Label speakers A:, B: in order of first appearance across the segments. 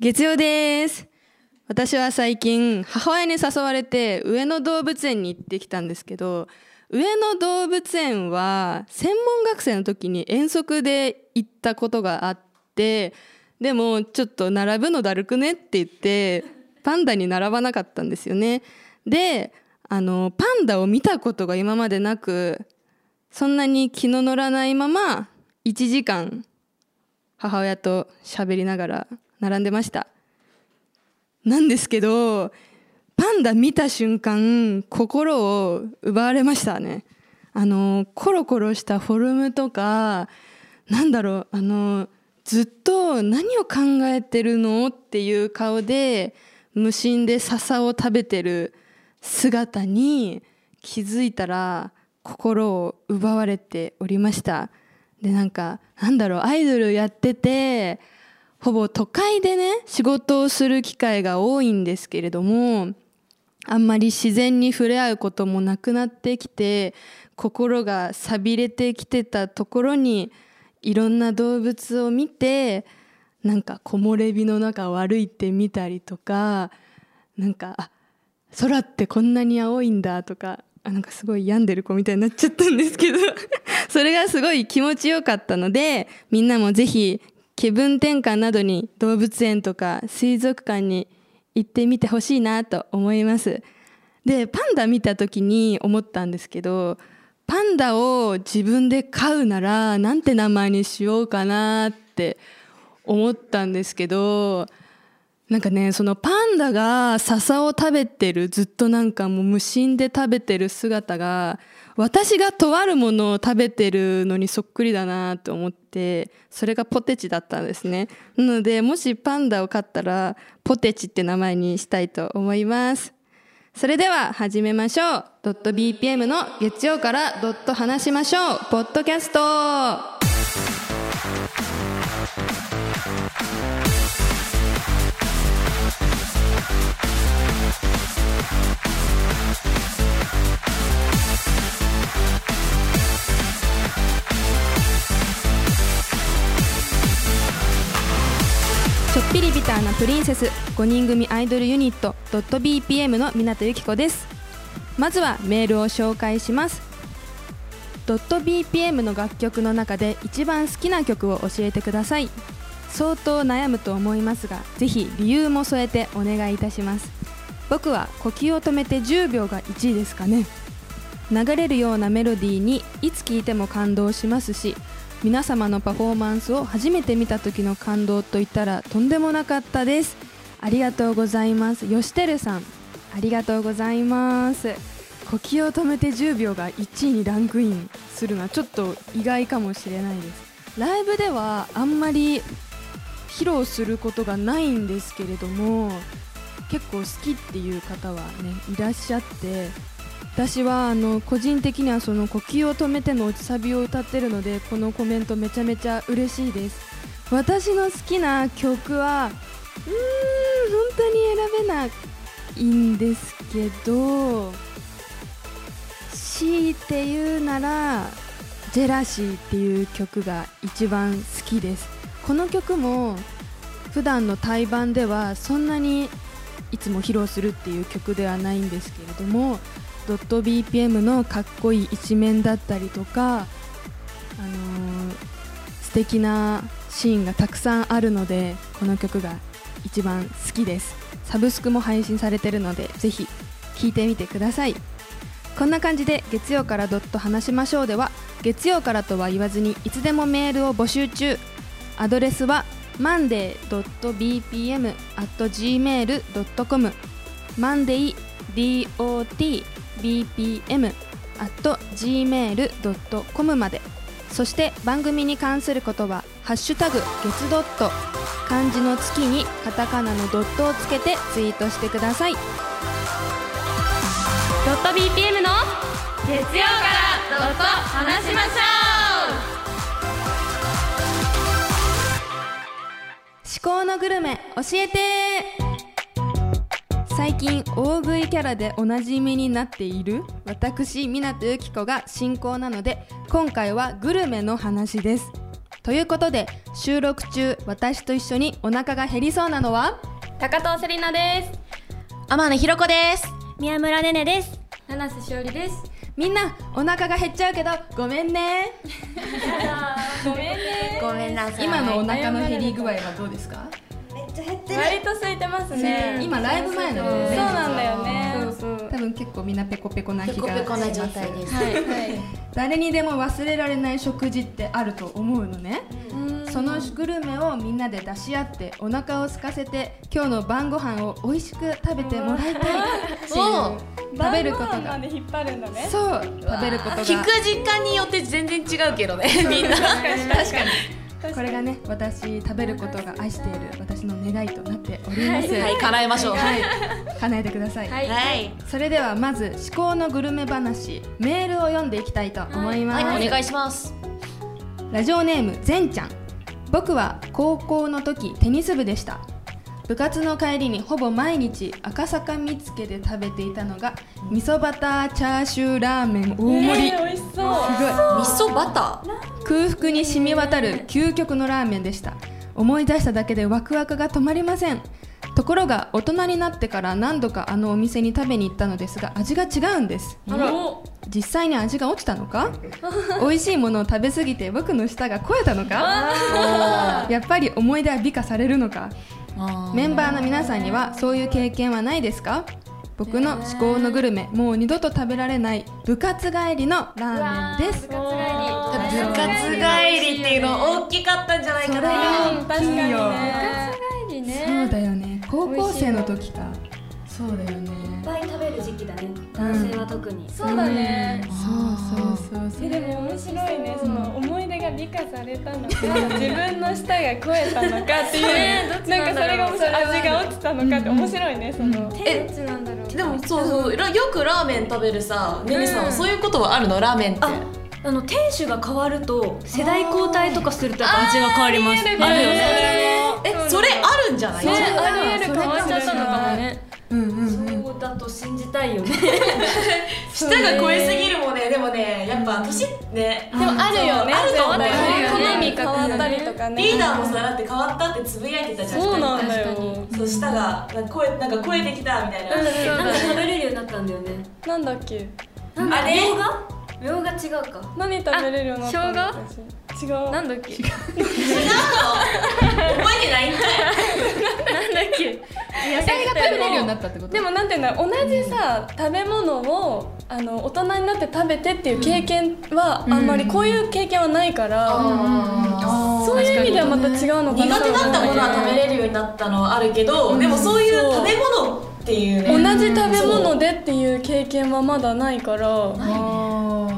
A: 月曜です私は最近母親に誘われて上野動物園に行ってきたんですけど上野動物園は専門学生の時に遠足で行ったことがあってでもちょっと並ぶのだるくねって言ってパンダに並ばなかったんですよね。であのパンダを見たことが今までなくそんなに気の乗らないまま1時間母親と喋りながら並んでましたなんですけどパンダ見た瞬間心を奪われましたねあのコロコロしたフォルムとかなんだろうあのずっと何を考えてるのっていう顔で無心で笹を食べてる姿に気づいたら心を奪われておりましたでなんかなんだろうアイドルやっててほぼ都会でね仕事をする機会が多いんですけれどもあんまり自然に触れ合うこともなくなってきて心が寂れてきてたところにいろんな動物を見てなんか木漏れ日の中を歩いてみたりとかなんかあ空ってこんなに青いんだとかあなんかすごい病んでる子みたいになっちゃったんですけど それがすごい気持ちよかったのでみんなもぜひ気分転換などに動物園とか水族館に行ってみてほしいなと思います。でパンダ見た時に思ったんですけどパンダを自分で飼うならなんて名前にしようかなって思ったんですけどなんかねそのパンダが笹を食べてるずっとなんかもう無心で食べてる姿が私がとあるものを食べてるのにそっくりだなと思ってそれがポテチだったんですねなのでもしパンダを飼ったらポテチって名前にしたいと思いますそれでは始めましょうドット .bpm の月曜からドット話しましょうポッドキャストちょっぴりビターなプリンセス5人組アイドルユニット .bpm の湊由紀子ですまずはメールを紹介します .bpm の楽曲の中で一番好きな曲を教えてください相当悩むと思いますがぜひ理由も添えてお願いいたします僕は呼吸を止めて10秒が1位ですかね流れるようなメロディーにいつ聴いても感動しますし皆様のパフォーマンスを初めて見た時の感動といったらとんでもなかったですありがとうございますよしてるさんありがとうございます呼吸を止めて10秒が1位にランクインするのはちょっと意外かもしれないですライブではあんまり披露することがないんですけれども結構好きっていう方はねいらっしゃって私はあの個人的にはその呼吸を止めての落ちサビを歌ってるのでこのコメントめちゃめちゃ嬉しいです私の好きな曲はうーん本当に選べないんですけど強いて言うなら「ジェラシー」っていう曲が一番好きですこの曲も普段の対バンではそんなにいつも披露するっていう曲ではないんですけれども .bpm のかっこいい一面だったりとか、あのー素敵なシーンがたくさんあるのでこの曲が一番好きですサブスクも配信されてるのでぜひ聴いてみてくださいこんな感じで月曜からドット話しましょうでは月曜からとは言わずにいつでもメールを募集中アドレスは monday.bpm.gmail.com monday.bpm.gmail.com までそして番組に関することは「ハッシュタグ月ドット」漢字の月にカタカナのドットをつけてツイートしてください
B: ドット BPM の月曜からドット話しまし
A: 至高のグルメ教えて最近大食いキャラでおなじみになっている私湊由紀子が進行なので今回はグルメの話ですということで収録中私と一緒にお腹が減りそうなのは
B: 高藤セリナです
C: 天野ひろこです
D: 宮村ねねです
B: 七瀬しおりです
A: みんなお腹が減っちゃうけどごめんね
B: ごめんね
C: ごめんなさい
A: 今のお腹の減り具合はどうですか
B: 割と空いてますね
A: 今ライブ前なので
B: そうなんだよね
A: そうそう多分結構みんなペコペコな
C: ペ
A: 気
C: コ
A: が
C: ペコな
A: し
C: 状
A: ます
C: 態です、
A: 誰にでも忘れられない食事ってあると思うのね、そのグルメをみんなで出し合ってお腹を空かせて今日の晩ご飯を美味しく食べてもらいたいっていう
C: おう
A: 食べること
B: 晩ご飯ま
A: が
B: で引っ張るんだね
A: そう食べることが
C: 聞く時間によって全然違うけどねみんな
A: これがね私食べることが愛している私の願いとなっております
C: はい叶えましょうはい、
A: 叶えてください、
B: はい
A: それではまず至高のグルメ話メールを読んでいきたいと思います、
C: お願いします
A: ラジオネームぜんちゃん僕は高校の時テニス部でした部活の帰りにほぼ毎日赤坂見附で食べていたのが味噌バターチャーシューラーメン大盛り、
B: えー美味しそう
C: 味噌バター
A: 空腹に染み渡る究極のラーメンでした思い出しただけでワクワクが止まりませんところが大人になってから何度かあのお店に食べに行ったのですが味が違うんです
B: あら
A: 実際に味が落ちたの か美味しいものを食べ過ぎて僕の舌が肥えたのか やっぱり思い出は美化されるのかメンバーの皆さんにはそういう経験はないですか僕の至高のグルメもう二度と食べられない部活帰りのラーメンです
B: 部活帰り
C: 部活帰りっていうの大きかったんじゃないかな
B: うん確かにね
A: そう
B: 部活帰り
A: だよね高校生の時かそうだよね
D: いっぱい食べる時期だね男性は特に、
B: そうだね
A: そうそうそうそ
B: え
A: う
B: でも面白いねその思い出が美化されたのか 自分の舌が肥えたのかっていうなんかそれが面白い味が落ちたのかって面白いねその
C: え
D: どっちなんだろう
C: でもそうそうらよくラーメン食べるさねねさんはそういうことはあるのラーメンって
D: ああの店主が変わると世代交代とかするとやっぱ味が変わります
B: あるよね
C: えそれあるんじゃない
B: ね
C: じゃあ
B: ありえる変わっちゃったのかもね
A: うんうん
D: そうだと信じたいよね
C: 舌が超えすぎるもねでもねやっぱ年ね
B: でもあるよね
C: あると思うよ
B: 好み変わったりとかね
C: リーダーもさだって変わったってつぶやいてたじゃん
B: そうなんだ
D: 確か
B: よ
C: そう舌がなんか声なんか声できたみたいな、
D: なんか 食べれるようになったんだよね
B: なんだっけ
D: なんだ
C: あれ
D: みょうがみょうが違うか
B: 何食べれるようになったの私違う
D: なんだっけ
C: 覚えてないんだよ
A: 野菜が食べれるようになったってこと
B: でもなんていうんだろう同じさ食べ物をあの大人になって食べてっていう経験はあんまりこういう経験はないからそういう意味ではまた違うのかな
C: 苦手
B: と
C: だ
B: 思
C: ったものは食べ
B: る
C: れるようになったのはあるけど、でもそういう
B: そう
C: 食べ物っていうね
B: 同じ食べ物でっていう経験はまだないから
A: あ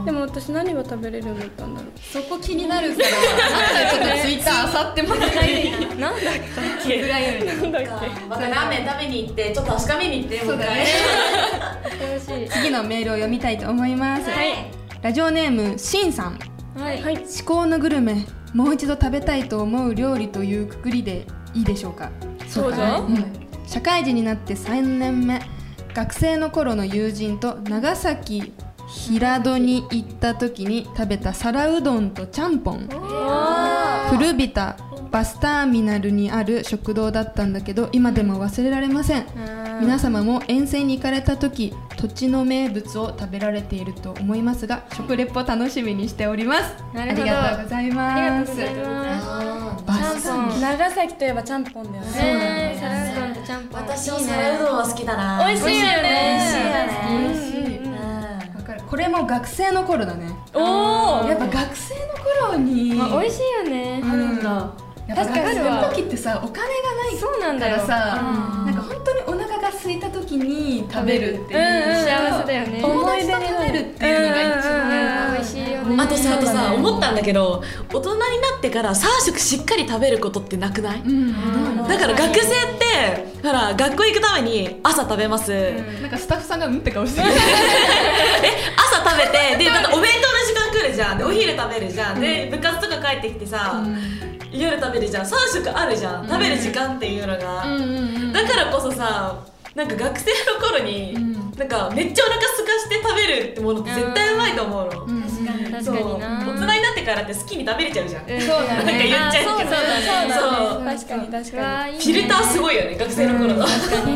B: でも私何が食べれるようになったんだろう
A: そこ気になるからあんたちょ っとツイッターあさってもらい
B: なんだっ
A: ぐらいより
B: けなんだっけ
C: またラーメン食べに行ってちょっと確かめに行って
A: そう
C: も
A: う
C: 一
A: だ
C: 回
A: ね次のメールを読みたいと思います、ラジオネームしんさん
D: はい
B: はい
A: 至高のグルメもう一度食べたいと思う料理というくくりでいいでしょうか
B: そうじゃ
A: う
B: ん
A: ん社会人になって3年目学生の頃の友人と長崎平戸に行った時に食べた皿うどんとちゃんぽん古びたバスターミナルにある食堂だったんだけど今でも忘れられません皆様も遠征に行かれた時土地の名物を食べられていると思いますが食レポ楽しみにしておりますありがとうございますバスターミナル
B: 長崎といえばちゃんぽんだよね
D: えーサラダとちゃんぽん
C: 私も皿うどんは好きだな
B: 美味しいよね
A: 美味しいわかるこれも学生の頃だね
B: おお
A: やっぱ学生の頃に、
D: 美味しいよね
A: うんやっぱ
B: 確か
A: 学
B: に
A: 生の時ってさお金が
D: そうなん
A: な
D: だ
A: いか
D: よ
A: らさなんか本当にお腹が空いた時に食べるっていう、
D: 幸せだよね
A: 友達と食べるっていうのが一番
D: 美味しいよね
C: あとさあとさ思ったんだけど大人になってから3食しっかり食べることってなくない、
A: うん、
C: だから学生ってほら学校行くために朝食べます、
A: なんかスタッフさんがうんって顔してる
C: 朝食べてでだってお弁当の時間来るじゃんでお昼食べるじゃんで部活とか帰ってきてさ、夜食べるじゃん3食あるじゃん、食べる時間っていうのが、だからこそさなんか学生の頃に、なんかめっちゃお腹空かして食べるってものって絶対うまいと思うの、
D: 確かに確かにな
C: そう大人になってからって好きに食べれちゃうじゃん、
D: うん
E: そうだ
C: なんか
E: ね
C: 言っちゃう
B: そ
C: け
B: う
C: ど
B: だね
C: そう
B: そうだね確かに確
D: うわ
B: か
D: ーいいね
C: フィルターすごいよね学生の頃の、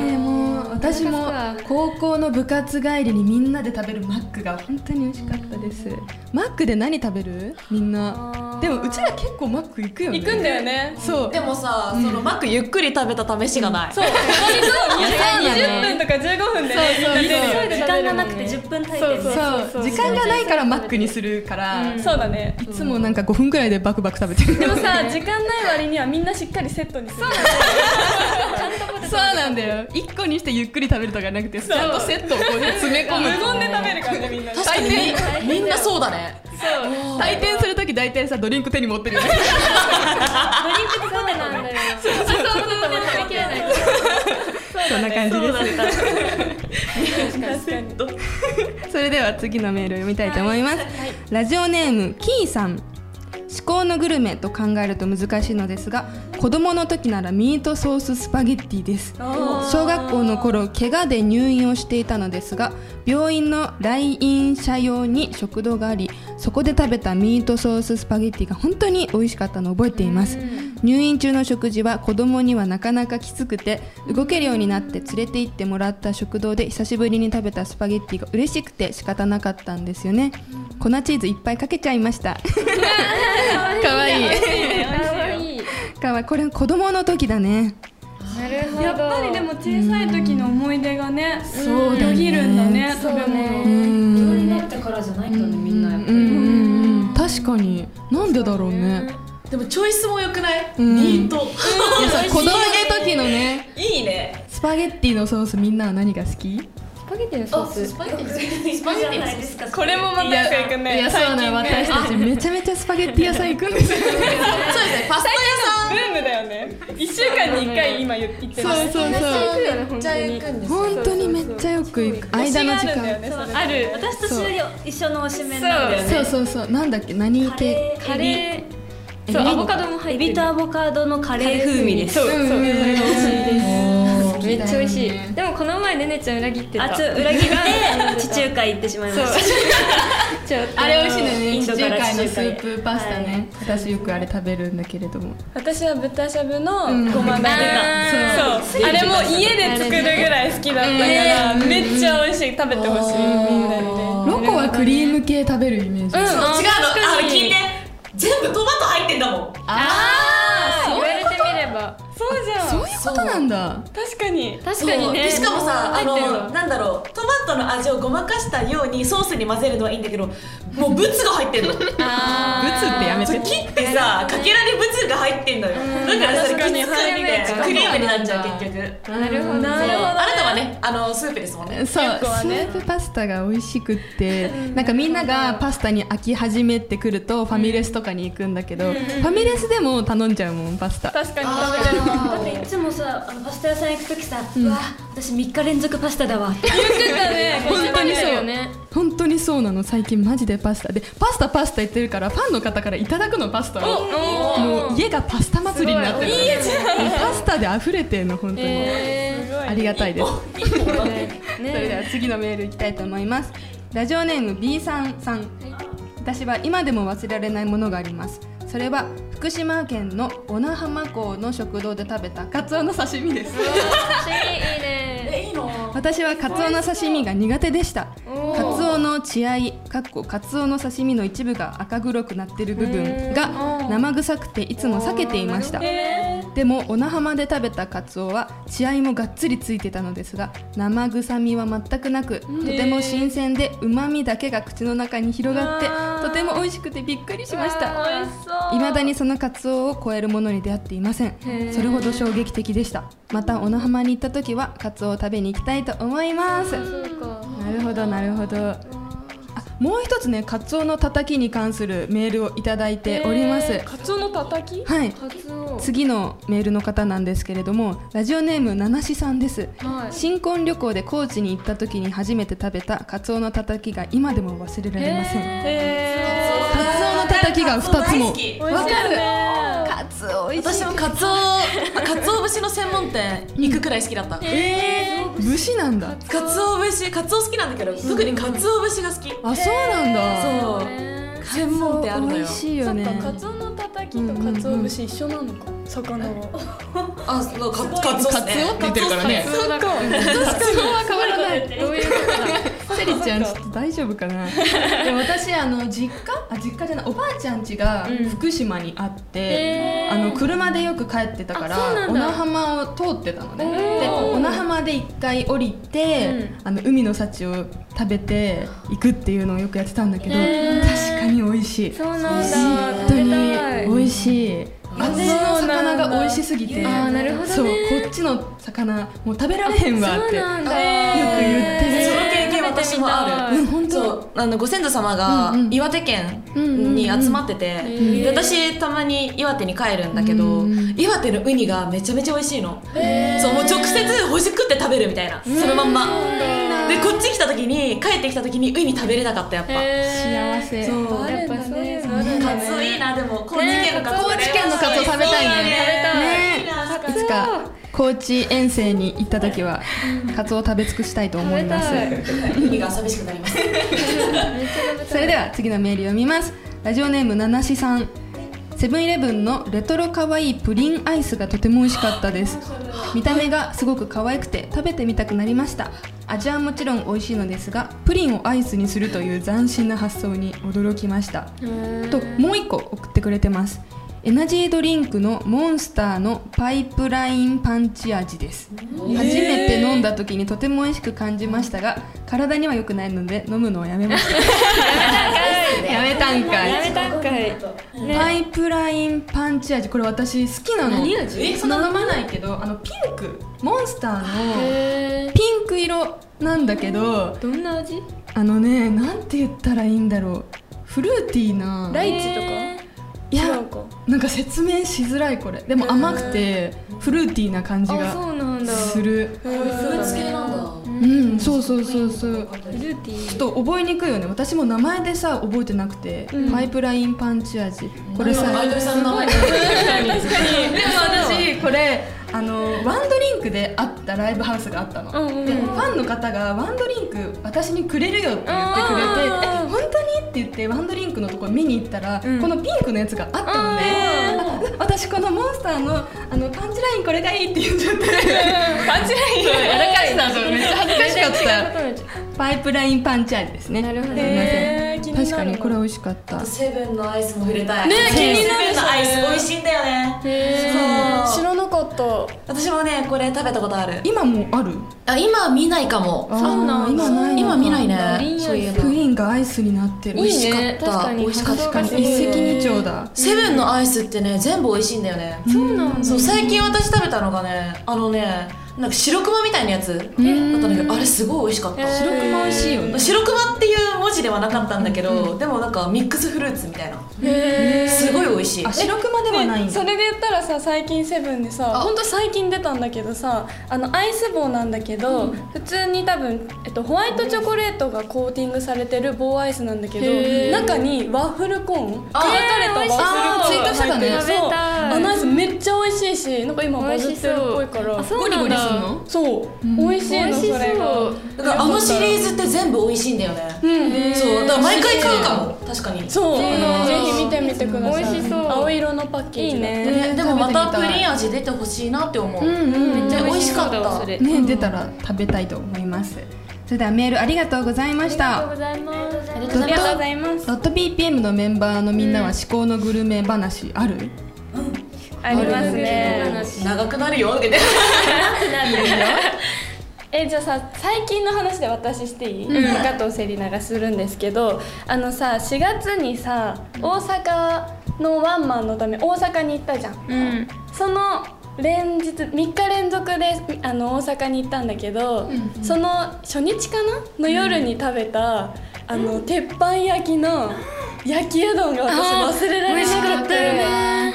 A: ねもう私も高校の部活帰りにみんなで食べるマックが本当に美味しかったですマックで何食べるみんなでもうちら結構マック行くよね
B: に行くんだよね
A: そう
C: でもさ、そのマックゆっくり食べた試しがない、
B: そう
A: いやそうなの
B: 20分とか15分でね
A: そうそう
B: みんな出るよね
D: 時間がなくて10分体験
B: そう
A: そう時間がないからマックにするから、い
B: そうだね
A: つもなんか5分くらいでバクバク食べてる
B: でもさ時間ない割にはみんなしっかりセットにする
A: そうなんだよ1個にしてゆっくり食べるとかなくてちゃんとセットをこう詰め込む
B: 無言で食べるからねみんな
C: 確かにみみんなそうだね
A: 退店する時大体さドリンク手に持ってるよね
D: ドリンクとかでなんだよそうそう食べきれない
A: そんな感じです
C: だった
B: 確かに
A: それでは次のメールを読みたいと思います、ラジオネームキーさん至高のグルメと考えると難しいのですが子供の時ならミートソーススパゲッティです小学校の頃怪我で入院をしていたのですが病院の来院者用に食堂がありそこで食べたミートソーススパゲッティが本当に美味しかったのを覚えています入院中の食事は子供にはなかなかきつくて動けるようになって連れて行ってもらった食堂で久しぶりに食べたスパゲッティが嬉しくて仕方なかったんですよね粉チーズいっぱいかけちゃいましたかわいい
D: 可愛い
A: かわいいこれ子供の時だね
D: なるほど
B: やっぱりでも小さい時の思い出がね
A: そうだね
B: よぎるんだね食べ
A: う
B: 物
D: 大人
A: ん
D: になってからじゃないんだねみんなやっ
A: う
D: ぱり
A: んうんうん確かになんでだろうね
C: でもチョイスも良くない、
A: うん
C: ミート
A: いやさ子供の時のね
C: いいね
A: スパゲッティのソースみんなは何が好き
D: スパゲティのソース
C: パゲッティ
D: スパゲティのソースか
B: これもまたよく行く
A: い
B: ね
A: やそうなの私たちめちゃめちゃスパゲッティ屋さん行くんですよ
C: そうですねパスタ
B: ブームだよね1週間に1回今言っ
A: そ
B: て
A: う
B: ます
A: そうそう
D: よね本
C: 屋さんめっちゃ行くんですよ
A: 本当にめっちゃよく行く間の時
B: 推しがあるんだよ
A: 間
B: ねそれ
D: ある私と知り合い一緒のおしめなんだよね
A: そうそうそうなんだっけ何
D: カ
A: 系
D: レーカレ
A: エビ
D: ーそうアボカドも入ってるエビとアボカドのカレー風味です
A: うんうんうん
E: めっちゃ美味し
A: 好きだよね
E: いでもこの前ねねちゃん裏切ってた
D: あちょっと裏切って地中海行ってしまい ま
E: そう
D: し
E: ちょっと
A: あれ美味しいのよ
D: イ
A: ね
D: ン
A: 地
D: ド
A: 中
D: から
A: 海の
D: 地中
A: ス
D: 海へ
A: ープパスタね私よくあれ食べるんだけれども
B: 私は豚しゃぶの
A: ん
B: ごまだれ
A: あ
B: がそうあれも家で作るぐらい好きだったからめっちゃ美味しい食べてほしいみんなにね
A: ロコはクリーム系食べるイメージ
C: そう違うの
E: あ確
C: あ
E: か
C: の
E: に
C: 聞いて全部トマト入ってんだもん
E: あ言われてみれば
B: そうじゃ
A: そ
B: ん
A: ういうことなんだ
B: 確かに
E: 確
C: そう
E: かに
C: で
E: ね
C: しかもさあ
E: 入ってる
C: の
E: わ
C: なんだろうトマトの味をごまかしたようにソースに混ぜるのはいいんだけどもうブツが入ってんのそ
E: あ
A: ブツってやめて
C: れ切ってさかけられブツが入ってんのよだからそれきつく見て
E: 確かに
C: クリームになっちゃう結局
E: ーなるほど
C: そうあなたはねあのスープですもんね
A: そう、
B: 結構はね
A: スープパスタが美味しくってなんかみんながパスタに飽き始めてくるとファミレスとかに行くんだけど、ファミレスでも頼んじゃうもんパスタ
B: 確かに食べてる
D: だっていつもさあのパスタ屋さん行く時さうわ私3日連続パスタ だわって
A: 本当にそう、
E: ね
A: 本当にそうなの最近マジでパスタでパスタパスタ言ってるからファンの方からいただくのパスタをもう家がパスタ祭りになってるもうパスタで溢れてんの本当に、
E: え
A: ありがたいです
E: ー
A: それで
E: ね
A: は次のメールいきたいと思いますラジオネーム B さんさん、私は今でも忘れられないものがありますそれは福島県の小名浜港の食堂で食べたカツオの刺身です
E: いいね
C: えいいの
A: 私はカツオの刺身が苦手でしたカツオの血合いかっこカツオの刺身の一部が赤黒くなってる部分が生臭くていつも避けていましたでも小名浜で食べたカツオは血合いもがっつりついてたのですが生臭みは全くなくとても新鮮でうまみだけが口の中に広がってとても美味しくてびっくりしましたいまだにそのカツオを超えるものに出会っていませんそれほど衝撃的でしたまた小名浜に行った時はカツオを食べに行きたいと思いますなるほどなるほどあもう一つねカツオのたたきに関するメールをいただいております、
B: カツオのたたき
A: はい次のメールの方なんですけれどもラジオネーム七しさんです、新婚旅行で高知に行った時に初めて食べたカツオのたたきが今でも忘れられません、
B: え
A: カツオのたたきが2つも
C: カツオ大好き
A: わかる
B: ね
A: カツオ美味しい
C: 私もカツオあカツオ節の専門店行くくらい好きだった
A: えー、武士なんだ
C: カツオ節カツオ好きなんだけど特にカツオ節が好き
A: あそうなんだ
C: そう。カ専門店あるの
A: 美
C: よ
A: 味しいよね
B: そっかカツオのたたきとカツオ節一緒なのか、魚は
C: あそのカカツオっす
F: カツ
C: ね
F: オって言ってるからね
A: そっか確かには変わらないどういうことだセリちゃんちょっと大丈夫かなでも私あの実家あ実家じゃないおばあちゃん家が福島にあって、あの車でよく帰ってたから小名浜を通ってたのねで小名浜で一回降りて、あの海の幸を食べて行くっていうのをよくやってたんだけど、確かに美味しい
E: そうなんだ
A: 本
E: 食
A: 当
E: べたい
A: に美味しいあっちの魚が美味しすぎて
E: あーなるほどね
A: そうこっちの魚もう食べられへんわ
E: そ
A: っ
E: う
A: て
E: なんだ
C: よ
A: く言ってる
C: その経験私もある
A: うん本当
C: そうあのご先祖様が
A: うんうん
C: 岩手県
A: うん
C: に集まってて、で私たまに岩手に帰るんだけど、
A: うんう
C: 岩手のウニがめちゃめちゃ美味しいの、そうもう直接欲しくって食べるみたいな、そのまんまでこっち来た時に帰ってきた時にウニ食べれなかったやっぱ、
A: 幸せ
C: そう
E: やっぱそういうの
C: カツオいいなでも高知県のカツオ、
A: 高知県のカツオ食べたいね
C: 食べ
A: ね
C: たい
A: いつか高知遠征に行った時はカツオを食べ尽くしたいと思います
C: ウニが寂しくなります
A: それでは次のメール読みますラジオネームななしさんセブンイレブンのレトロかわいいプリンアイスがとても美味しかったです見た目がすごく可愛くて食べてみたくなりました味はもちろん美味しいのですがプリンをアイスにするという斬新な発想に驚きましたともう一個送ってくれてますエナジードリンクのモンスターのパイプラインパンチ味です初めて飲んだ時にとても美味しく感じましたが体には良くないので飲むのをやめました やめたんかい。
E: やめたんかい
A: パイプラインパンチ味これ私好きなの。何味？その飲まないけどあのピンクモンスターのピンク色なんだけど
E: どんな味
A: あのねなんて言ったらいいんだろうフルーティーな。
B: ライチとか、
A: い
B: 違
A: や
B: うか
A: なんか説明しづらいこれ。でも甘くてフルーティーな感じ
E: あ
A: が
E: そうなんだ
A: する。
C: フルーツ系なんだ
A: うんそうそうそうそ
E: フ
A: う。
E: ルーティー
A: ちょっと覚えにくいよね私も名前でさ覚えてなくて、パイプラインパンチ味これさ
C: アイドルさんの名前
A: でも私これあのワンドリンクであったライブハウスがあったの、でファンの方がワンドリンク私にくれるよって言ってくれて「え本当に?」って言ってワンドリンクのとこ見に行ったら、このピンクのやつがあったのね、あ私このモンスターのあのパンチラインこれがいいって言っちゃってパンチラインやらかした のめっちゃ恥ずかしかったパイプラインパンチ味ですねなるほど確かにこれ美味しかった
C: セブンのアイスも触れたい
B: ね気になる
C: セブンのアイス美味しいんだよね
B: 知
C: そう
B: らなかった
C: 私もねこれ食べたことある
A: 今もうある
C: あ今見ないかも
A: そうなんだ今ないのか
C: 今見ないね
E: リン
C: そういえば
A: プリンがアイスになってる
C: 美味しかった
E: 確かに
C: 美味しかった
A: 確かに一石二鳥だ
C: セブンのアイスってね全部美味しいんだよねそうなんだそう最近私食べたのがねあのねなんか白熊みたいなやつだったんだけどあれすごい美味しかった
A: 白くも美味しいよね
C: 白熊っていう文字ではなかったんだけどでもなんかミックスフルーツみたいなすごい美味しい
A: あ白くまではないん
B: そ
A: だ
B: れで言ったらさ最近セブンでさほんと最近出たんだけどさあのアイス棒なんだけど、普通に多分、えっと、ホワイトチョコレートがコーティングされてる棒アイスなんだけど中にワッフルコーンクリアカレーとワッフルコーンが入ってる
A: あー
B: そ
E: ツイートしてたね食べ
B: う
E: たい
B: あのアイスめっちゃ美味しいしなんか今バズってるっぽいから
E: そうなんだ
B: そう、美味しいのそれが
C: だからあのシリーズって全部美味しいんだよね
B: うん
C: そうだから毎回買うかも確かに
B: そう、ぜひ見てみてください
E: 美味しそう
B: 青色のパッケージいいね
C: ねでもまたプリン味出てほしいなって思う、めっちゃ美味しかった
E: それ
A: ね出たら食べたいと思いますそれではメールありがとうございま
E: あ
A: し
E: りがとう
A: た
E: ございます
A: ドット
E: います
A: ドット BPM のメンバーのみんなは至高のグルメ話ある
E: ありますね
C: 長くなるよってね
B: えじゃあさ最近の話で私していい、加藤セリナがするんですけどあのさ4月にさ大阪のワンマンのため大阪に行ったじゃん、
E: うん
B: その連日3日連続であの大阪に行ったんだけど、その初日かなの夜に食べた、あの鉄板焼きの焼きうどんが私忘れられなかったよ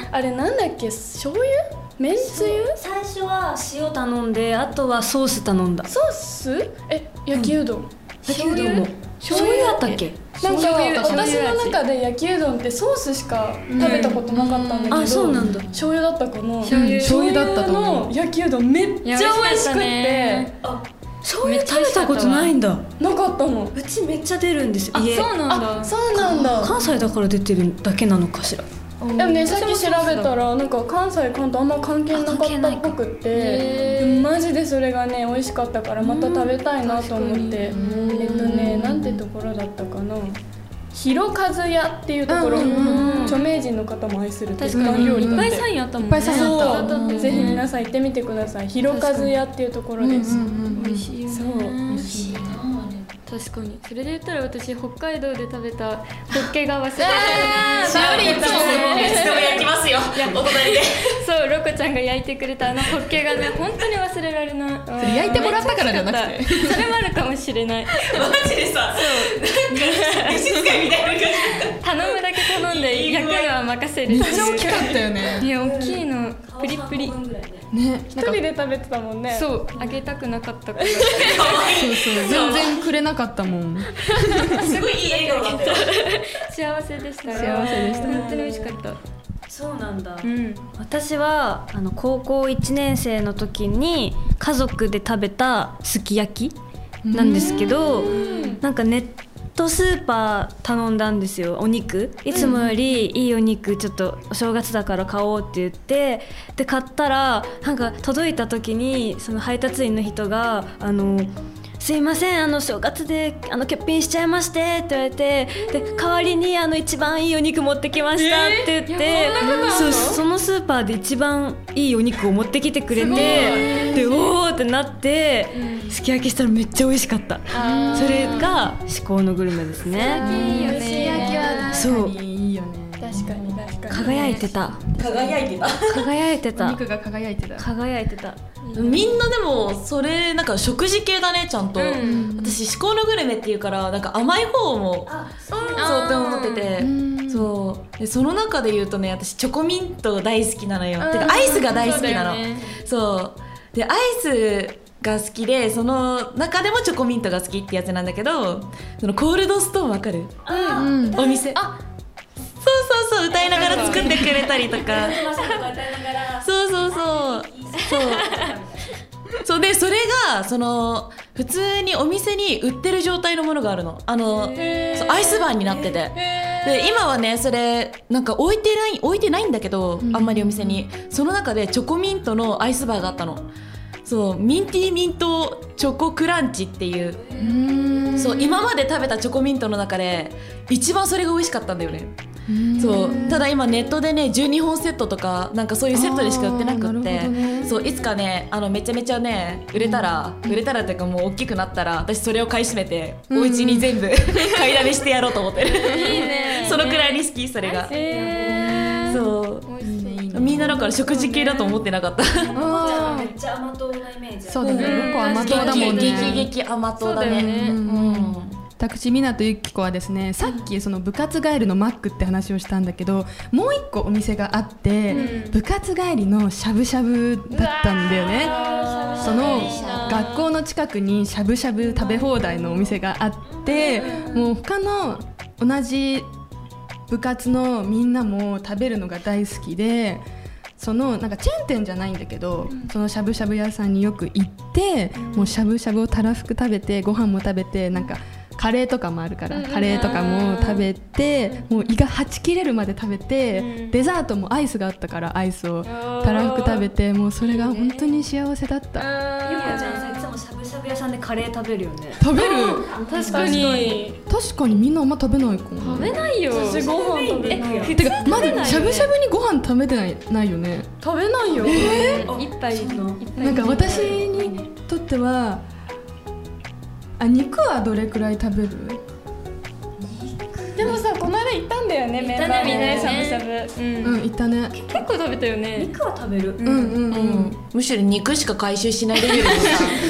B: ねあれなんだっけ醤油めんつゆ
D: 最初は塩頼んであとはソース頼んだ
B: ソースえ焼きうどん、
D: 醤油も醤油あったっけ
B: なんか
E: 醤油
B: 私
E: 味
B: の中で焼きうどんってソースしか食べたことなかったんだけど、
D: あそうなんだ
B: 醤油だったかな
A: 醤油だったと思う
B: 醤油の焼きうどんめっちゃ美味
E: い
B: しくっ
E: や美味しかった
B: て
E: ね
B: あ
D: そういう食べたことないんだ
B: なかったの
D: うちめっちゃ出るんですよ
E: あ
D: 家
E: そうなんだ
B: あそうなんだ
D: 関西だから出てるだけなのかしら
E: でも
B: でもねさっき調べたらなんか関西関東あんま関係なかったっぽくって
E: へー
B: でもマジでそれがね美味しかったからまた食べたいなと思ってえっとねなんてところだったかな広和屋っていうところ
E: うんうんうん
B: 著名人の方も愛する鉄
E: 確か
B: 板
E: に
B: 料理
E: いっ
B: だ
E: ぱ
B: っ
E: い
B: て
E: サインあったもん
B: いっ
E: ね
B: ぱいサインあった
E: そう
B: ぜひ皆さん行ってみてください広和屋っていうところです
E: 美味しいよね
B: そう美味しいな
E: 確かにそれで言ったら私北海道で食べたホッケが忘れて
C: しおりいつもいつでも焼きますよお隣で
E: そうロコちゃんが焼いてくれたあのホッケがね本当に忘れられない
F: 焼いてもらったからじゃなくて
E: それもあるかもしれない
C: マジでさ なんか召使いみたいな感じ
E: 頼むだけ頼んで焼くのは任 せる
F: めっちゃ大きかったよね
E: いや大きいのプリプリ
F: ね
B: 一人で食べてたもんね
E: そうあげたくなかったから
A: そうそう全然くれなかったもん
C: すごいいい笑顔だったよ
E: 幸せでした
A: 幸せでした
E: 本当に美味しかった
D: そうなんだ
E: うん
D: 私はあの高校1年生の時に家族で食べたすき焼きなんですけどなんかネットスーパー頼んだんですよお肉いつもよりいいお肉ちょっとお正月だから買おうって言ってで買ったらなんか届いた時にその配達員の人があのすいませんあの正月であの欠品しちゃいましてって言われてで代わりにあの一番いいお肉持ってきましたって言って、そうそのスーパーで一番いいお肉を持ってきてくれてでおおってなって、すき焼きしたらめっちゃ美味しかったそれが至高のグルメですね
A: 石焼きは
D: そう
A: いいよね
B: 確かに確かに
D: 輝いてた
C: 輝いてた
D: 輝いて
F: お
D: た
F: 肉が輝いてた
D: 輝いてた
C: みんなでもそれなんか食事系だねちゃんと、私至高のグルメっていうからなんか甘い方もそうって思ってて、そうでその中で言うとね私チョコミント大好きなのよ、てかアイスが大好きなのそう,、でアイスが好きでその中でもチョコミントが好きってやつなんだけどそのコールドストーンわかるお店そうそうそう歌いながら作ってくれたりとかそうそうそうそうそうでそれがその普通にお店に売ってる状態のものがあるのあのそうアイスバーになっててで今はねそれなんか置いてない置いてないんだけどあんまりお店にその中でチョコミントのアイスバーがあったのそうミンティミントチョコクランチっていうそう今まで食べたチョコミントの中で一番それが美味しかったんだよねそうただ今ネットでね12本セットとかなんかそういうセットでしか売ってなくってそういつかねあのめちゃめちゃね売れたら、売れたらっていうかもう大きくなったら私それを買い占めて、お家に全部 買いだめしてやろうと思ってるいいねそのくらいに好きそれが、そうみんなだから食事系だと思ってなかった
A: あ
D: っちゃ甘党なイメージ
A: そうだねロコ甘党だもん
C: 激激
A: ね
C: 激甘党だねうん
A: 私湊とゆき子はですねさっきその部活帰りのマックって話をしたんだけどもう一個お店があって、部活帰りのしゃぶしゃぶだったんだよねその学校の近くにしゃぶしゃぶ食べ放題のお店があってもう他の同じ部活のみんなも食べるのが大好きでそのなんかチェーン店じゃないんだけど、そのしゃぶしゃぶ屋さんによく行って、もうしゃぶしゃぶをたらふく食べてご飯も食べてなんかカレーとかもあるから、カレーとかも食べてもう胃がはち切れるまで食べて、デザートもアイスがあったからアイスをたらふく食べてもうそれが本当に幸せだった、
D: ゆうこちゃんさいつもしゃぶしゃぶ屋さんでカレー食べるよね
A: 食べる
E: 確かに
A: 確かにみんなあんま食べないかも
E: 食べないよ
B: 私ご飯食べない
A: てかまだしゃぶしゃぶにご飯食べてないないよね
B: 食べないよ
E: 一杯一杯
A: なんか私にとってはあ肉はどれくらい食べる
B: でもさこの間行ったんだよねメンバーでねしゃぶしゃぶ
A: うんいったね
E: 結構食べたよね
D: 肉は食べる
A: うんうんうん、
C: むしろ肉しか回収しないレベルでし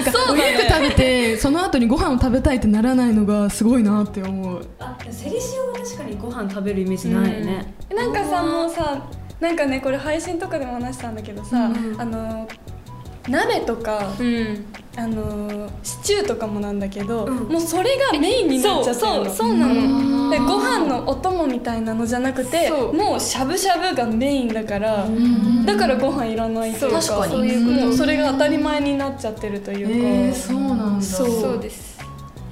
A: なんかお肉食べてその後にご飯を食べたいってならないのがすごいなって思う
D: あセリ塩は確かにご飯食べるイメージないよね
B: なんかさもうさなんかねこれ配信とかでも話したんだけどさあの鍋とか
E: うん
B: あのーシチューとかもなんだけど、もうそれがメインになっちゃってるのそうそうなのでご飯のお供みたいなのじゃなくてもうしゃぶしゃぶがメインだから、だからご飯いらないっていうか
C: 確かに
B: そういうこともうそれが当たり前になっちゃってるというか、
F: えー、そうなんだ
B: そう
E: そうです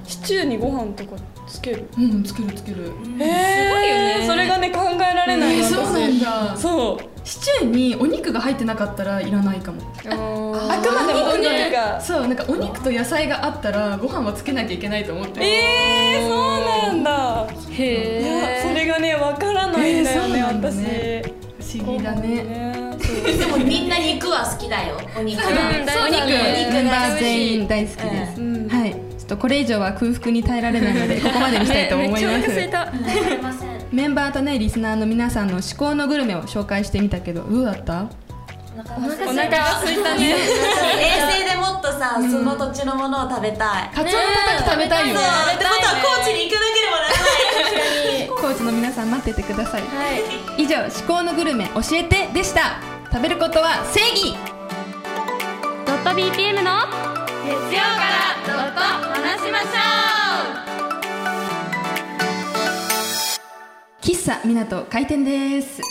B: シチューにご飯とかつける
F: うんつけるつける
B: えすごいよねそれがね考えられない
F: えー
B: の
F: そうなんだ
B: そう
F: シチューにお肉が入ってなかったらいらないかも
B: あ
F: あくまでも
B: お
F: お
B: 肉
F: 肉
B: が
F: そうなんかお肉と野菜があったらご飯はつけなきゃいけないと思って
B: えー、そうなんだいやそれがねわからないんだよね、
F: えーそうなんだ
B: 私
F: ね不思議だね
B: そう
C: でもみんな肉は好きだよお肉
E: うん
C: は
E: 大好き
C: お
A: メン
C: 肉
A: バー
C: 大好
A: 全
C: き
A: 員大好きです、
B: うん
A: はいちょっとこれ以上は空腹に耐えられないのでここまでにしたいと思います、
E: た
A: メンバーとねリスナーの皆さんの思考のグルメを紹介してみたけどどうだった
B: お腹は空いたね
C: 衛生でもっとさその土地のものを食べたい
F: カツオのたたき食べたい
C: そ
F: よ
C: う
F: ね
C: ってことは高知に行かなければならない
A: コーチの皆さん待っててください、以上「思考のグルメ教えて」でした食べることは正義
E: ドット BPM の月曜からドット話しましょ
A: 喫茶みなと開店です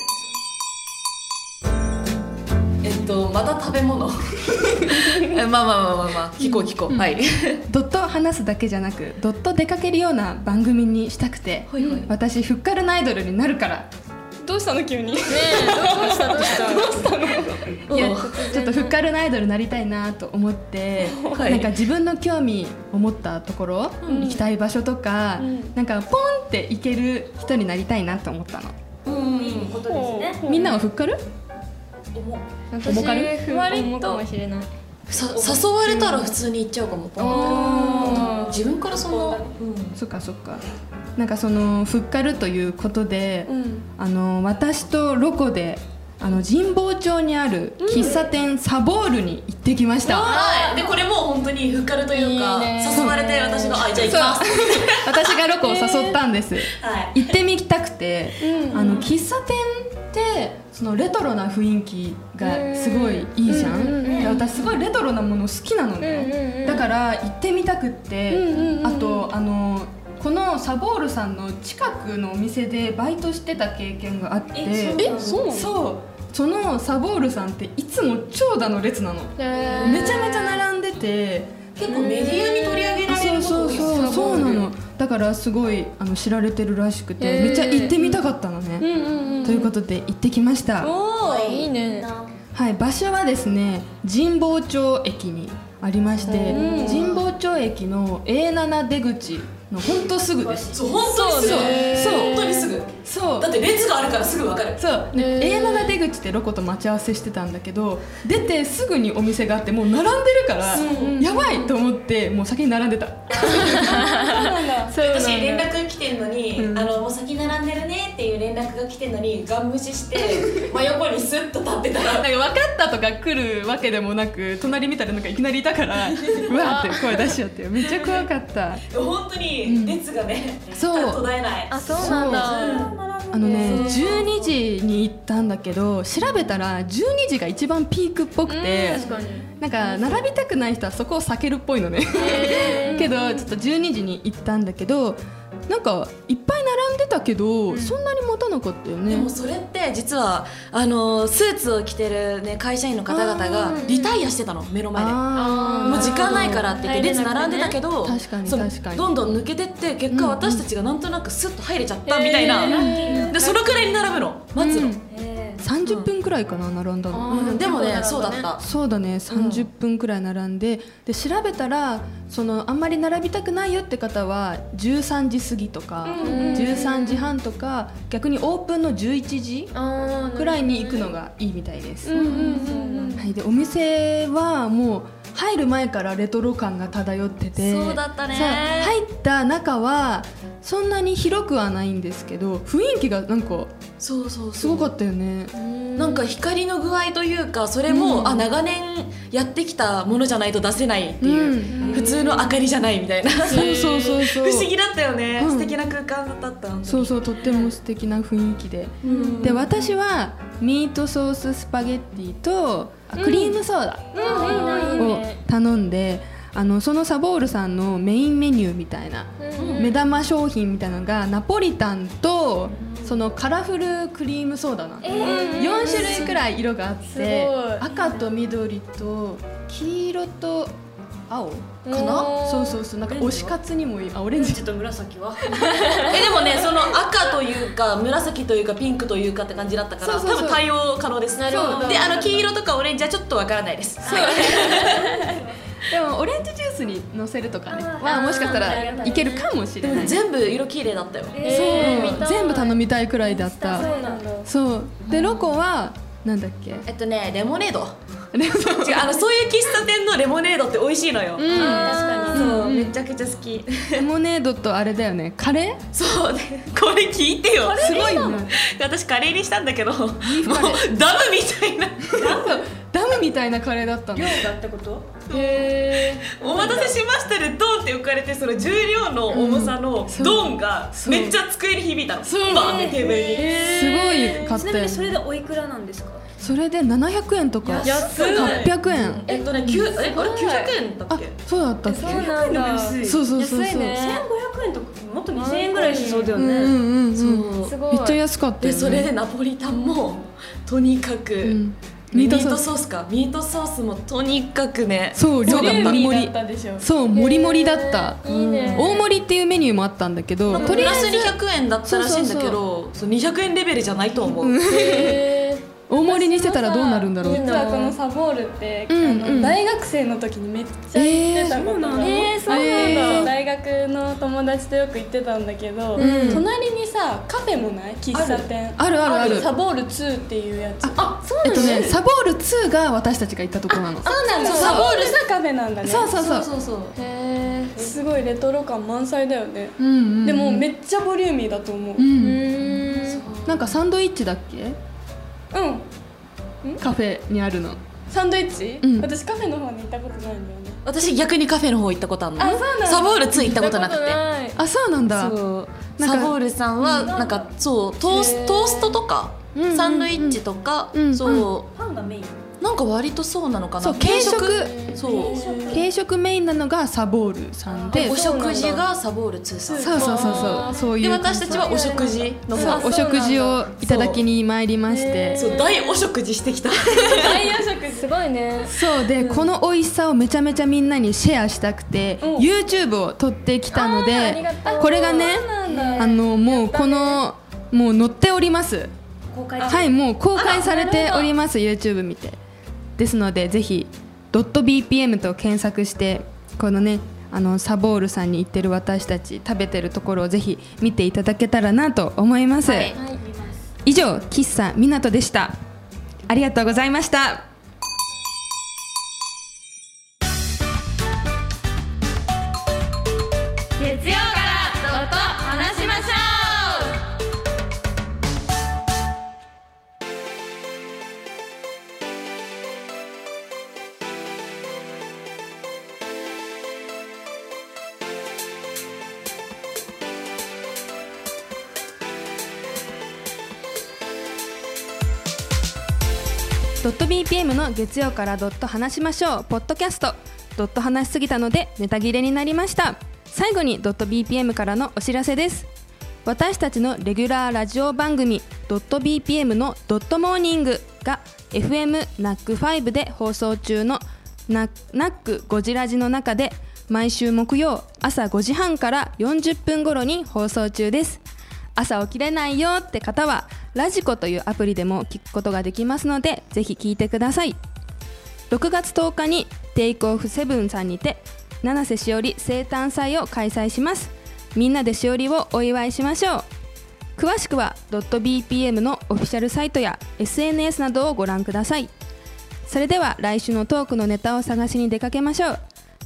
C: えっとまた食べ 物まあまあまあまあまあ聞こう聞こうはい
A: ドット話すだけじゃなくドット出かけるような番組にしたくて私フッカルのアイドルになるから
B: どうしたの急に
A: いやちょっとフッカルのアイドルになりたいなと思って、
C: はい
A: なんか自分の興味を持ったところ、行きたい場所とか、なんかポンって行ける人になりたいなと思ったの、
D: ことですね
A: みんなはフッカル
E: う
A: 重かる
E: 私
B: 割と
E: 思うかもしれない
C: さ誘われたら普通に行っちゃうかも自分からそんな
A: そっかそっかなんかそのフッカルということで、あの私とロコであの神保町にある喫茶店サボールに行ってきました、
C: はいでこれもう本当にふっかるというか誘われて私の「あじゃあ行き
A: そう
C: ます
A: 私がロコを誘ったんです、」
C: はい
A: 行ってみたくて、あの喫茶店ってそのレトロな雰囲気がすごいいいじゃん,、で私すごいレトロなもの好きなのね、だから行ってみたくって、あとあのこのサボールさんの近くのお店でバイトしてた経験があって
B: えそうなの
A: そうそのサボールさんっていつも長蛇の列なの、めちゃめちゃ並んでて
C: 結構メディアに取り上げられ
A: そう
C: るこ
A: そ
C: と
A: うそ
C: が
A: うそうなのだからすごいあの知られてるらしくて、めっちゃ行ってみたかったのね、ということで行ってきました
B: おー
E: いいね
A: はい場所はですね神保町駅にありまして神保町駅の A7 出口のほんとすぐです
C: そう本当にすぐ
A: そう
C: 本当にすぐ
A: そう
C: だって列があるからすぐ分かる
A: そう、で A7 出口ってロコと待ち合わせしてたんだけど出てすぐにお店があってもう並んでるからやばいと思ってもう先に並んでた
C: 私連絡来てんのに、あのもう先並んでるねっていう連絡が来てんのにガン無視して 真横にスッと立ってた
A: な
C: ら
A: んか分かったとか来るわけでもなく隣見たらなんかいきなりいた からうわーって声出しちゃってめっちゃ怖かった
C: 本当に列がね、
A: そう
C: 途絶えない
E: あそうなんだ
A: あのね12時に行ったんだけど調べたら12時が一番ピークっぽくてなんか並びたくない人はそこを避けるっぽいのね けどちょっと12時に行ったんだけどなんかいっぱい並んでたけど、そんなに待たなかったよね
C: でもそれって実はあのスーツを着てる、ね、会社員の方々がリタイアしてたの目の前で。
A: あー
C: もう時間ないからって言って列並んでたけど、
A: 確かに
C: そう
A: 確かに
C: どんどん抜けてって結果私たちがなんとなくスッと入れちゃったみたいな、でそのくらいに並ぶの待つの、
A: 30分くらいかな並んだの、
C: うんでもねそうだった
A: そうだね30分くらい並んで,、で調べたらそのあんまり並びたくないよって方は13時過ぎとか、13時半とか逆にオープンの11時くらいに行くのがいいみたいです、はい、でお店はもう入る前からレトロ感が漂ってて
C: そうだったね
A: そう入った中はそんなに広くはないんですけど雰囲気がなんか
C: そうそうそう
A: すごかったよね、
C: なんか光の具合というかそれも、あ長年やってきたものじゃないと出せないっていう、普通の明かりじゃないみたいな不
A: そうそうそうそう
C: 思議だったよね、
A: うん
C: 素敵な空間だった、
A: そううそうとっても素敵な雰囲気で、
C: うん
A: で私はミートソーススパゲッティとあクリームソーダを頼んで、あのそのサボールさんのメインメニューみたいな、目玉商品みたいなのがナポリタンとそのカラフルクリームソーダなんで、4種類くらい色があっ
B: すご
A: て
B: い
A: 赤と緑と黄色と青か
B: お
A: な
B: ー
A: そうそうそうなんか推し活にもいいあオレンジ
C: ちょっと紫は えでもねその赤というか紫というかピンクというかって感じだったから
A: そうそうそう
C: 多分対応可能ですな
A: るほど
C: であの黄色とかオレンジはちょっとわからないです
A: でもオレンジジュースにのせるとかねまあもしかしたらいけるかもしれないそう
C: 全部色綺麗だったよ
A: 全部頼みたいくらいだったそうでロコはなんだっけ
C: えっとねレモネード違うあのそういう喫茶店のレモネードって美味しいのよ、確かにそう、めちゃくちゃ好き
A: レモネードとあれだよねカレー
C: そう ねこれ聞いてよ
A: すごいよね
C: 私カレーにしたんだけどもう
A: フカレー
C: ダムみたいな
A: ダムみたいなカレーだったの
C: お待たせしましたでドンって浮かれてその重量の重さの
A: そう
C: ドンが
A: そう
C: めっちゃ机に響いたの
A: そう
C: バーンってテーブルに
A: すごい買
D: ちなみ
A: って
D: にそれでおいくらなんですか
A: それで700円とか
C: 安い
A: 800円
C: えっとねきゅうえあれ900円だっ
A: あ
C: け
A: そうだったっけ
D: なんだ
A: そうそうそうそう
B: 安いね
D: 1500円とかもっと2000円ぐらいしそうだよ
A: うんう
D: ね
A: んうんうん
C: そう
B: すごい
A: めっちゃ安かったよね
C: でそれでナポリタンもとにかく、
A: うんミ
C: ミ
A: ー
C: ー
A: トソー
C: ト
A: ス
C: ソースかミートソースもとにかくね
A: そう量が
B: ボリューミー
A: 盛
B: だ
A: り
B: ったでしょ
A: そう盛り盛りだった
B: いいね
A: 大盛りっていうメニューもあったんだけどと
C: プ
A: りあ
C: ラ
A: え
C: ス
A: ず
C: 200円だったらしいんだけどそう200円レベルじゃないと思う、
A: 大盛りにしてたらどうなるんだろう
B: 実はこのサボールって、
A: うん
B: あ
A: うん
B: の大学生の時にめっちゃ行ってたことが、
D: え
B: そうなんだ、
A: えー
B: 大学の友達とよく行ってたんだけど、
A: ん
B: 隣にさカフェもない喫茶店
A: あるあるある
B: サボール2っていうやつ
A: えっとねサボール2が私たちが行ったところなの
B: そうなんだサボールがカフェなんだね
A: そうそうそう
C: そうそう
B: すごいレトロ感満載だよね、
A: うんうんうん
B: でもめっちゃボリューミーだと思う
A: う
B: うん、
A: んなんかサンドイッチだっけカフェにあるの
B: サンドイッチ、
A: うん
B: 私カフェの方に行ったことないんだよね
C: 私逆にカフェの方行ったことあるの
B: あそうなんだ
C: サボール2行ったことなくて
B: ない
A: あそうなんだ
C: そう
A: なんか
C: サボールさんはなんかそうトーストーストとか
A: うん
C: サンドイッチとか
A: うん
C: そ
D: パンがメイン
C: うなんか割とそうなのか
A: そ
C: な
A: う軽食
C: そう
A: 軽食メインなのがサボールさんで
C: お食事がサボール2さん
A: そうそうそうそうそういう
C: で私たちはお食事の
A: そ
C: 方
A: うお食事をいただきに参りまして
C: そう大お食事してきた
B: 大夜食すごいね
A: そうで、この美味しさをめちゃめちゃみんなにシェアしたくて、
B: うん
A: YouTube を撮ってきたの
B: あり
A: で
B: がとう
A: これがね
B: そうなんだ
A: あのもうこのもう載っております
D: 公開
A: はいもう公開されております YouTube 見てですのでぜひ「.bpm」と検索してこのねあのサボールさんに行ってる私たち食べてるところをぜひ見ていただけたらなと思います、以上喫茶みなとでしたありがとうございました
E: 月曜からドット話しましょう
A: ドット BPM の月曜からドット話しましょうポッドキャストドット話しすぎたのでネタ切れになりました最後にドット BPM からのお知らせです私たちのレギュラーラジオ番組ドット BPM のドットモーニングが FM ナック5で放送中のナナックゴジラジの中で毎週木曜朝5時半から40分頃に放送中です朝起きれないよって方はラジコというアプリでも聞くことができますのでぜひ聞いてください6月10日にテイクオフセブンさんにて七瀬しおり生誕祭を開催しますみんなでしおりをお祝いしましょう詳しくは .bpm のオフィシャルサイトや SNS などをご覧くださいそれでは来週のトークのネタを探しに出かけましょう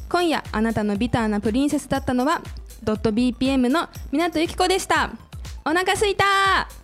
A: 今夜あなたのビターなプリンセスだったのは .bpm の港由紀子でしたお腹すいたー